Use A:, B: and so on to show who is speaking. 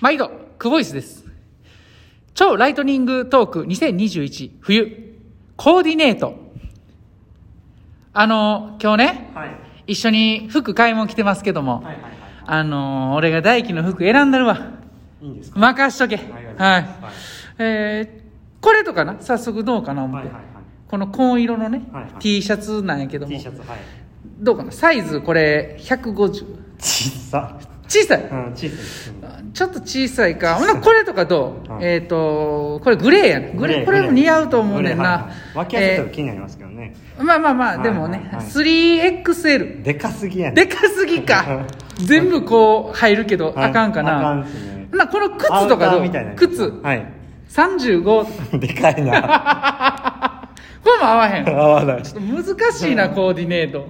A: 毎度、クボイスです。超ライトニングトーク2021冬、コーディネート。あの、今日ね、
B: はい。
A: 一緒に服買い物来てますけども、
B: はいはいはい。
A: あの、俺が大輝の服選んだるわ。
B: いいんですか。
A: 任しとけ。
B: ありがとうござ
A: はいい
B: ますはい。
A: えー、これとかな早速どうかな思っ
B: はい
A: て。
B: はい
A: この紺色のね、
B: はいはい
A: T シャツなんやけ
B: は
A: ど
B: い。
A: も
B: T シャツはい。
A: どうかなサイズこれ150
B: ちっさ。
A: 小さい
B: うん、ちっさです。うん
A: ちょっと小さいかほなこれとかどう、
B: うん
A: えっ、とこれグレーやねグレーこれも似合うと思うねんな、
B: 脇汗とか気になりますけどね。
A: えーまあまあまあ、
B: はい
A: でもね、
B: はい
A: 3XL
B: でかすぎやね。
A: でかすぎ か全部こう入るけど
B: は
A: あ
B: い
A: かんかな、
B: あかんっすね
A: なこの靴
B: アウタ
A: と
B: ー
A: かどう
B: みたいな。
A: 靴
B: はい。
A: 35
B: でかいな。
A: これも合わへん
B: 合わない。
A: ちょっと難しいな、コーディネート